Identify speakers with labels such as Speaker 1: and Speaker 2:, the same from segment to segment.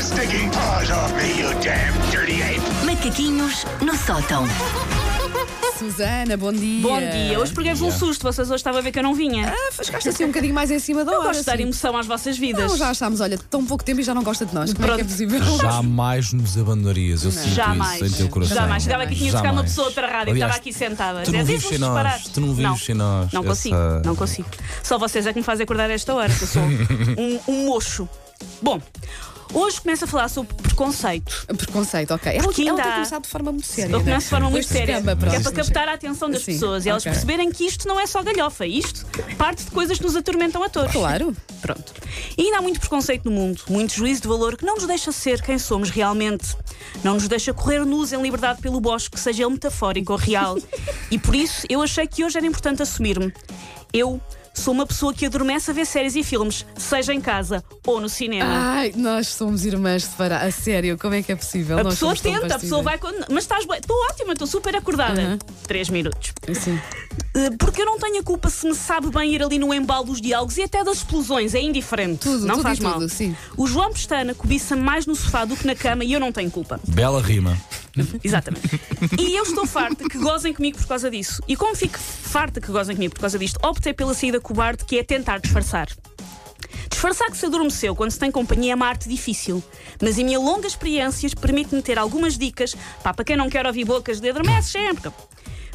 Speaker 1: stinking paws off me, you damn dirty ape!
Speaker 2: Macaquinhos no sótão.
Speaker 3: Susana, bom dia.
Speaker 4: Bom dia. Hoje peguei-vos um susto, vocês hoje estavam a ver que eu não vinha.
Speaker 3: Ah, ficaste assim um bocadinho mais em cima da hora.
Speaker 4: Eu gosto de dar
Speaker 3: assim.
Speaker 4: emoção às vossas vidas.
Speaker 3: Não, já estamos, olha, tão pouco tempo e já não gosta de nós. Como é que é
Speaker 4: Pronto.
Speaker 3: possível?
Speaker 5: Jamais nos abandonarias, eu sinto
Speaker 4: Jamais.
Speaker 5: isso em teu coração.
Speaker 4: Jamais. Chegava aqui, tinha de ficar uma
Speaker 5: Jamais.
Speaker 4: pessoa outra rádio que
Speaker 5: Aliás,
Speaker 4: estava aqui sentada.
Speaker 5: Tu não
Speaker 4: Dizia,
Speaker 5: vives
Speaker 4: "Diz-vos
Speaker 5: sem nós.
Speaker 4: disparar."
Speaker 5: Tu não vives
Speaker 4: Não.
Speaker 5: sem nós.
Speaker 4: Não consigo,
Speaker 5: Essa-
Speaker 4: não consigo. Só vocês é que me fazem acordar a esta hora, que eu sou um, um mocho. Bom, hoje começo a falar sobre preconceito.
Speaker 3: Preconceito, ok. Ela,
Speaker 4: Porque
Speaker 3: ela
Speaker 4: ainda
Speaker 3: tem
Speaker 4: há-
Speaker 3: começado de forma muito séria. né?
Speaker 4: Eu começo de forma
Speaker 3: Depois
Speaker 4: muito séria.
Speaker 3: descamba,
Speaker 4: que é
Speaker 3: pronto.
Speaker 4: para captar a atenção das
Speaker 3: Sim,
Speaker 4: pessoas e elas
Speaker 3: ok.
Speaker 4: perceberem que isto não é só galhofa, isto parte de coisas que nos atormentam a todos.
Speaker 3: Claro.
Speaker 4: Pronto. E ainda há muito preconceito no mundo, muito juízo de valor que não nos deixa ser quem somos realmente. Não nos deixa correr nus em liberdade pelo bosque, seja ele metafórico ou real. e por isso eu achei que hoje era importante assumir-me. Eu sou uma pessoa que adormece a ver séries e filmes, seja em casa ou no cinema.
Speaker 3: Ai, nós somos irmãs separadas. A sério, como é que é possível?
Speaker 4: A
Speaker 3: Nós
Speaker 4: pessoa
Speaker 3: somos tão
Speaker 4: tenta, a pessoa vai.
Speaker 3: parecidas.
Speaker 4: quando- Mas estás bem. Estou ótima, estou super acordada.
Speaker 3: Uhum.
Speaker 4: Três minutos.
Speaker 3: Sim.
Speaker 4: Eh, Porque eu não tenho a culpa se me sabe bem ir ali no embalo dos diálogos e até das explosões, é indiferente.
Speaker 3: Tudo,
Speaker 4: não
Speaker 3: tudo
Speaker 4: faz
Speaker 3: e
Speaker 4: mal.
Speaker 3: tudo, sim.
Speaker 4: O João Pestana cobiça mais no sofá do que na cama e eu não tenho culpa.
Speaker 5: Bela rima.
Speaker 4: Exatamente. e eu estou farta que gozem comigo por causa disso. E como fico farta que gozem comigo por causa disto, optei pela saída cobarde que é tentar disfarçar. Disfarçar que se adormeceu quando se tem companhia é uma arte difícil, mas a minha longa experiência permite-me ter algumas dicas pá, para quem não quer ouvir bocas de adormece sempre.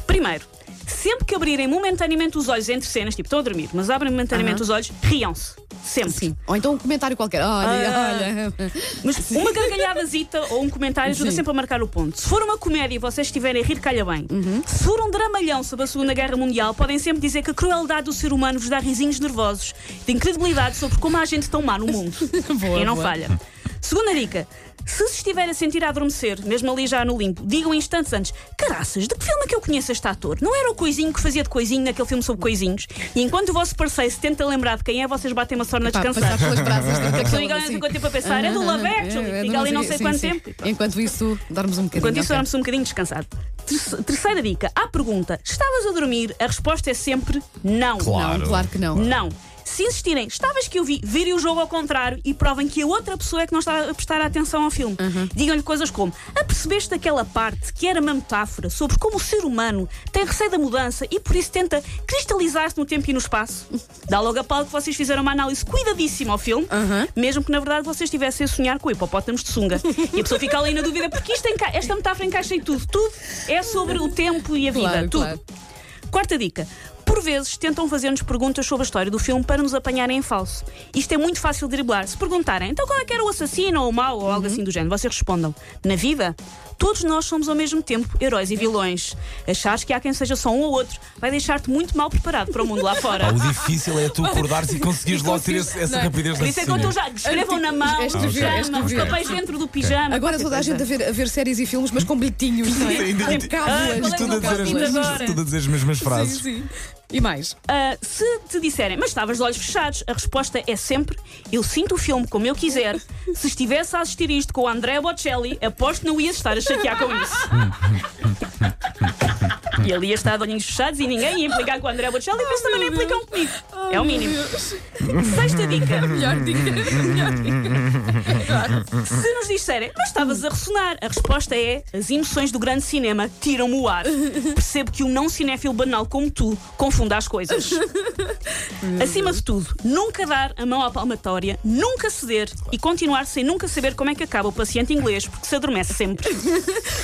Speaker 4: Primeiro, sempre que abrirem momentaneamente os olhos entre cenas, tipo, estou a dormir, mas abrem momentaneamente os olhos, riam-se. Sempre.
Speaker 3: Sim. Ou então um comentário qualquer. Olha,
Speaker 4: Ah,
Speaker 3: olha.
Speaker 4: Mas uma gargalhadazita ou um comentário ajuda
Speaker 3: Sim.
Speaker 4: sempre a marcar o ponto. Se for uma comédia e vocês estiverem a rir, calha bem.
Speaker 3: Uhum.
Speaker 4: Se for um dramalhão sobre a Segunda Guerra Mundial, podem sempre dizer que a crueldade do ser humano vos dá risinhos nervosos de incredibilidade sobre como há gente tão má no mundo.
Speaker 3: Boa,
Speaker 4: e não
Speaker 3: boa.
Speaker 4: falha. Segunda dica. Se se estiver a sentir a adormecer, mesmo ali já no limpo, digam instantes antes: Caraças, de que filme é que eu conheço este ator? Não era o coisinho que fazia de coisinho naquele filme sobre coisinhos? E enquanto o vosso parceiro se tenta lembrar de quem é, vocês batem uma sorna
Speaker 3: Pá,
Speaker 4: descansada.
Speaker 3: passar pelas brasas. tem que
Speaker 4: Estou
Speaker 3: aquela,
Speaker 4: igualmente
Speaker 3: assim.
Speaker 4: assim. quanto tempo a pensar. É do Love Actually.
Speaker 3: É, é do
Speaker 4: Fica ali não
Speaker 3: Love-
Speaker 4: sei
Speaker 3: sim,
Speaker 4: quanto
Speaker 3: sim.
Speaker 4: tempo. E pronto.
Speaker 3: Enquanto isso, dormos um bocadinho.
Speaker 4: Enquanto isso,
Speaker 3: ok.
Speaker 4: oramos um bocadinho descansado. Terce- Terceira dica. À pergunta, estavas a dormir? A resposta é sempre não.
Speaker 5: Claro.
Speaker 3: Não, claro que não.
Speaker 4: Não. Se insistirem, estavas que eu vi, virem o jogo ao contrário e provem que a outra pessoa é que não está a prestar atenção ao filme.
Speaker 3: Uhum.
Speaker 4: Digam-lhe coisas como: apercebeste daquela parte que era uma metáfora sobre como o ser humano tem receio da mudança e por isso tenta cristalizar-se no tempo e no espaço? Dá logo a pau que vocês fizeram uma análise cuidadíssima ao filme,
Speaker 3: Uhum.
Speaker 4: mesmo que na verdade vocês estivessem a sonhar com hipopótamos de sunga. E a pessoa fica ali na dúvida, porque isto enca- esta metáfora encaixa em tudo. Tudo é sobre o tempo e a vida.
Speaker 3: Claro,
Speaker 4: tudo.
Speaker 3: claro.
Speaker 4: Quarta dica. Por vezes tentam fazer-nos perguntas sobre a história do filme para nos apanharem em falso. Isto é muito fácil de driblar. Se perguntarem, então qual é que era o assassino ou o mau ou
Speaker 3: Uhum.
Speaker 4: algo assim do género, vocês respondam: Na vida, todos nós somos ao mesmo tempo heróis e vilões. Achares que há quem seja só um ou outro vai deixar-te muito mal preparado para o mundo lá
Speaker 5: Pá,
Speaker 4: fora.
Speaker 5: o difícil é tu acordares e conseguires logo ter esse- essa rapidez
Speaker 4: Por
Speaker 5: da
Speaker 4: isso é que eu estou já. Escrevam na mão,
Speaker 3: Ah,
Speaker 4: o
Speaker 3: ok.
Speaker 4: pijama, os papéis dentro do pijama.
Speaker 3: Agora toda a gente a ver, a ver séries e filmes, mas com bilhetinhos, não é?
Speaker 5: Ainda-
Speaker 3: Com cábulas.
Speaker 4: Ah, qual é que
Speaker 5: Tudo a
Speaker 4: não
Speaker 5: dizer as
Speaker 4: posso ir
Speaker 5: mesmas-
Speaker 4: agora?
Speaker 5: tudo a dizer as mesmas frases.
Speaker 3: Sim, sim. E mais?
Speaker 4: Ah, se te disserem, mas estavas de olhos fechados, a resposta é sempre: eu sinto o filme como eu quiser. Se estivesse a assistir isto com o André Bocelli, aposto que não ias estar a chatear com isso. e ele ia estar de olhinhos fechados e ninguém ia implicar com o André Bocelli, mas também não implicam comigo. É o mínimo. Sexta dica.
Speaker 3: Melhor
Speaker 4: Hum,
Speaker 3: dica, melhor dica.
Speaker 4: Se nos disserem, mas estavas a ressonar, a resposta é: as emoções do grande cinema tiram-me o ar. Percebo que um não cinéfilo banal como tu confunda as coisas. Acima de tudo, nunca dar a mão à palmatória, nunca ceder e continuar sem nunca saber como é que acaba o paciente inglês, porque se adormece sempre.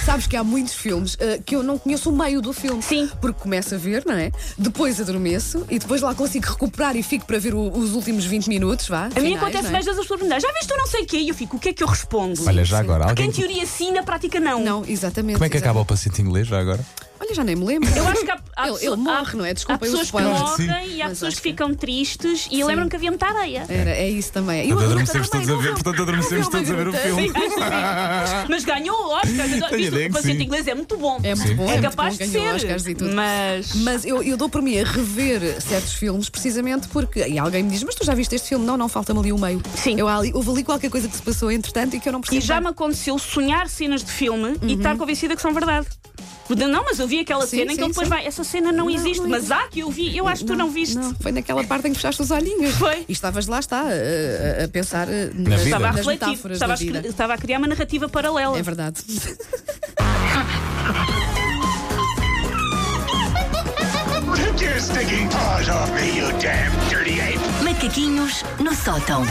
Speaker 3: Sabes que há muitos filmes ah, que eu não conheço o meio do filme.
Speaker 4: Sim.
Speaker 3: Porque começo a ver, não é? Depois adormeço e depois lá consigo recuperar e fico para ver o- os últimos 20 minutos, vá.
Speaker 4: A mim
Speaker 3: finais,
Speaker 4: acontece
Speaker 3: não é?
Speaker 4: mais vezes as pessoas me dizem, já viste eu não sei o quê? E eu fico, o que é que eu respondo?
Speaker 5: Olha, já agora.
Speaker 4: Porque
Speaker 5: Alguém...
Speaker 4: em teoria sim, na prática não.
Speaker 3: Não, exatamente.
Speaker 5: Como é
Speaker 3: exatamente.
Speaker 5: que acaba o paciente inglês já agora?
Speaker 3: Olha, já nem me lembro.
Speaker 4: Eu acho que há, há
Speaker 3: Ele-
Speaker 4: pessoa-
Speaker 3: ele morre,
Speaker 4: há-
Speaker 3: não é? Desculpa,
Speaker 4: há pessoas
Speaker 3: eu
Speaker 4: que
Speaker 3: spoiler.
Speaker 4: morrem e há
Speaker 3: Mas
Speaker 4: pessoas
Speaker 3: acho
Speaker 4: que
Speaker 3: que-
Speaker 4: ficam tristes e lembram que havia muita areia.
Speaker 3: Era, é isso também. E
Speaker 5: Portanto,
Speaker 3: o-
Speaker 5: adormecemos
Speaker 3: também,
Speaker 5: todos a
Speaker 3: o
Speaker 5: ver,
Speaker 3: filme.
Speaker 5: portanto, adormecemos
Speaker 3: filme
Speaker 5: todos a ver o
Speaker 3: adormece.
Speaker 5: filme.
Speaker 4: Mas ganhou o Oscar.
Speaker 5: Tenho
Speaker 4: Viste,
Speaker 5: ideia
Speaker 4: o
Speaker 5: que
Speaker 4: paciente
Speaker 5: sim.
Speaker 4: inglês é muito bom.
Speaker 3: É muito
Speaker 5: Sim.
Speaker 3: bom.
Speaker 4: É
Speaker 3: muito
Speaker 4: capaz
Speaker 3: bom,
Speaker 4: de
Speaker 3: ganhou
Speaker 4: ser.
Speaker 3: Oscars e tudo.
Speaker 4: Mas.
Speaker 3: Mas eu, eu dou por mim a rever certos filmes precisamente porque. E alguém me diz, mas tu já viste este filme? Não, não, falta-me ali o meio.
Speaker 4: Sim.
Speaker 3: Eu, há ali, houve ali qualquer coisa que se passou entretanto e que eu não percebi.
Speaker 4: E já me aconteceu sonhar cenas de filme e estar convencida que são verdade. Não, mas eu vi aquela
Speaker 3: Uhum. Sim,
Speaker 4: cena
Speaker 3: sim,
Speaker 4: então depois
Speaker 3: sim.
Speaker 4: vai. Essa cena não,
Speaker 3: Não,
Speaker 4: existe,
Speaker 3: não
Speaker 4: mas há que eu vi. Eu acho que tu não viste.
Speaker 3: Não, foi naquela parte em que fechaste os olhinhos.
Speaker 4: Foi.
Speaker 3: E estavas lá, está, a, a- a pensar eh, nas,
Speaker 5: vida.
Speaker 4: Estava a
Speaker 3: nas
Speaker 4: refletir,
Speaker 3: metáforas
Speaker 4: estava a,
Speaker 3: da vida.
Speaker 4: escre- estava a criar uma narrativa paralela.
Speaker 3: É verdade.
Speaker 1: Take your stinking paws off me, you damn dirty ape!
Speaker 2: Macaquinhos no sótão.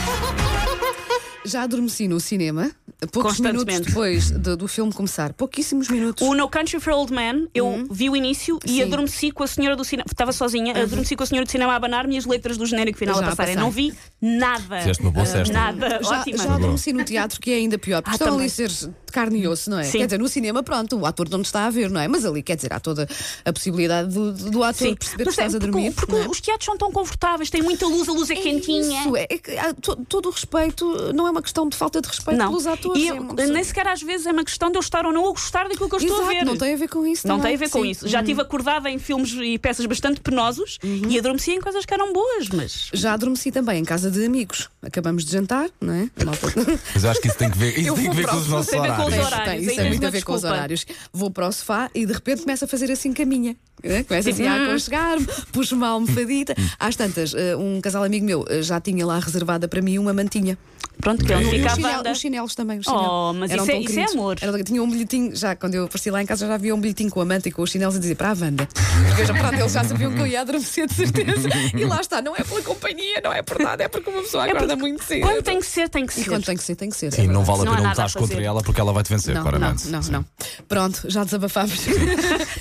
Speaker 3: Já adormeci no cinema, poucos minutos
Speaker 4: Constantemente.
Speaker 3: depois do, do filme começar. Pouquíssimos minutos.
Speaker 4: O No Country for Old Man, eu vi o início
Speaker 3: Uhum. Sim. Uhum.
Speaker 4: e adormeci com a senhora do cinema. Estava sozinha, adormeci com a senhora do cinema a abanar-me e as letras do genérico final
Speaker 3: Já
Speaker 4: a
Speaker 3: a
Speaker 4: passarem.
Speaker 3: passar.
Speaker 4: Não vi nada.
Speaker 5: Fizeste uma boa cesta.
Speaker 4: Nada.
Speaker 3: já,
Speaker 4: Ótima.
Speaker 3: já adormeci no teatro, que é ainda pior, porque
Speaker 4: Ah,
Speaker 3: estão ali
Speaker 4: também.
Speaker 3: seres de carne e osso, não é?
Speaker 4: Sim.
Speaker 3: Quer dizer, no cinema, pronto, o ator não te está a ver, não é? Mas ali, quer dizer, há toda a possibilidade do, do ator
Speaker 4: Sim.
Speaker 3: perceber que
Speaker 4: Mas é
Speaker 3: estás a
Speaker 4: porque-
Speaker 3: dormir.
Speaker 4: Porque,
Speaker 3: não é?
Speaker 4: os teatros são tão confortáveis, têm muita luz, a luz é, quentinha.
Speaker 3: Isso, é, é que há to- todo o respeito não é uma questão de falta de respeito
Speaker 4: Não.
Speaker 3: pelos atores.
Speaker 4: e
Speaker 3: é
Speaker 4: eu-
Speaker 3: uma pessoa-
Speaker 4: nem sequer às vezes é uma questão de eu estar ou não a gostar daquilo que eu estou
Speaker 3: Exato,
Speaker 4: a ver.
Speaker 3: não tem a ver com isso.
Speaker 4: Não
Speaker 3: também,
Speaker 4: tem a ver com
Speaker 3: sim. Uhum.
Speaker 4: isso. Já estive acordada em filmes e peças bastante penosos e adormeci em coisas que eram boas, mas.
Speaker 3: Já adormeci também em casa de amigos. Acabamos de jantar, não é? Malta-
Speaker 5: Mas eu acho que isso tem que ver, isso
Speaker 3: Eu
Speaker 5: tem que
Speaker 3: vou
Speaker 5: ver com
Speaker 3: para
Speaker 5: os
Speaker 3: o-
Speaker 5: nossos
Speaker 4: tem a ver com os
Speaker 5: horários.
Speaker 4: horários.
Speaker 3: Tem,
Speaker 4: aí
Speaker 3: isso
Speaker 4: tens
Speaker 3: tem muito
Speaker 4: uma
Speaker 3: a ver com os
Speaker 4: desculpa.
Speaker 3: horários. Vou para o sofá e de repente começo a fazer assim caminha. né? Começo assim
Speaker 4: Uhum.
Speaker 3: a aconchegar-me, puxo uma almofadita. Às tantas, eh, um casal amigo meu eh, já tinha lá reservada para mim uma mantinha.
Speaker 4: Pronto, que eu não
Speaker 5: Sim.
Speaker 3: E
Speaker 4: fica
Speaker 3: os
Speaker 4: à
Speaker 3: chinel-
Speaker 4: banda.
Speaker 3: os chinelos também. Os chinelos.
Speaker 4: Oh, mas
Speaker 3: Eram
Speaker 4: isso é-
Speaker 3: tão
Speaker 4: isso é
Speaker 3: queridos.
Speaker 4: amor.
Speaker 3: Era- tinha um bilhetinho, já quando eu apareci lá em casa, já havia um bilhetinho com a manta e com os chinelos a dizer para a Wanda. Porque eu já, pronto, eles já sabiam que eu ia adormecer de certeza. E lá está, não é pela companhia, não é por nada, é porque uma pessoa
Speaker 4: É porque
Speaker 3: acorda muito cedo.
Speaker 4: Quando tem que ser, tem que
Speaker 3: E
Speaker 4: ser.
Speaker 3: quando tem que ser, tem que ser.
Speaker 5: Sim, não vale a
Speaker 4: Não há
Speaker 5: pena
Speaker 4: nada
Speaker 5: lutares
Speaker 4: a fazer.
Speaker 5: contra ela porque ela vai te vencer,
Speaker 3: Não,
Speaker 5: claramente.
Speaker 3: não,
Speaker 5: Sim.
Speaker 3: não, não. Pronto, já desabafámos.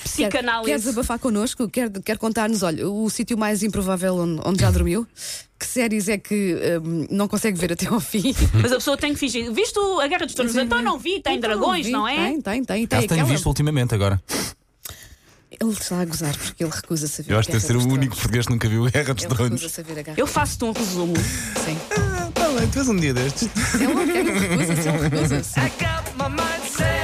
Speaker 4: Psicanálise.
Speaker 3: Quer, quer desabafar connosco? Quer, quer contar-nos, olha, o sítio mais improvável onde, onde já dormiu? Que séries é que hum, não consegue ver até ao fim?
Speaker 4: Mas a pessoa tem que fingir. Visto a Guerra dos Tronos?
Speaker 3: Sim.
Speaker 4: Então não vi, tem
Speaker 3: Então,
Speaker 4: dragões,
Speaker 3: vi.
Speaker 4: não é?
Speaker 3: Tem, tem, tem. tem
Speaker 5: Caso tenho
Speaker 3: aquela-
Speaker 5: visto ultimamente agora.
Speaker 3: Ele está a gozar porque ele recusa saber.
Speaker 5: Eu acho que deve ser o único português que nunca viu Guerra dos
Speaker 4: É
Speaker 3: Ele recusa
Speaker 5: Tronos.
Speaker 3: saber a guerra.
Speaker 4: Eu faço-te um resumo.
Speaker 3: Sim.
Speaker 5: Ah, tá bem, tu és um dia destes.
Speaker 3: Ele não quer, ele recusa-se, ele recusa-se.
Speaker 6: I got my mind set.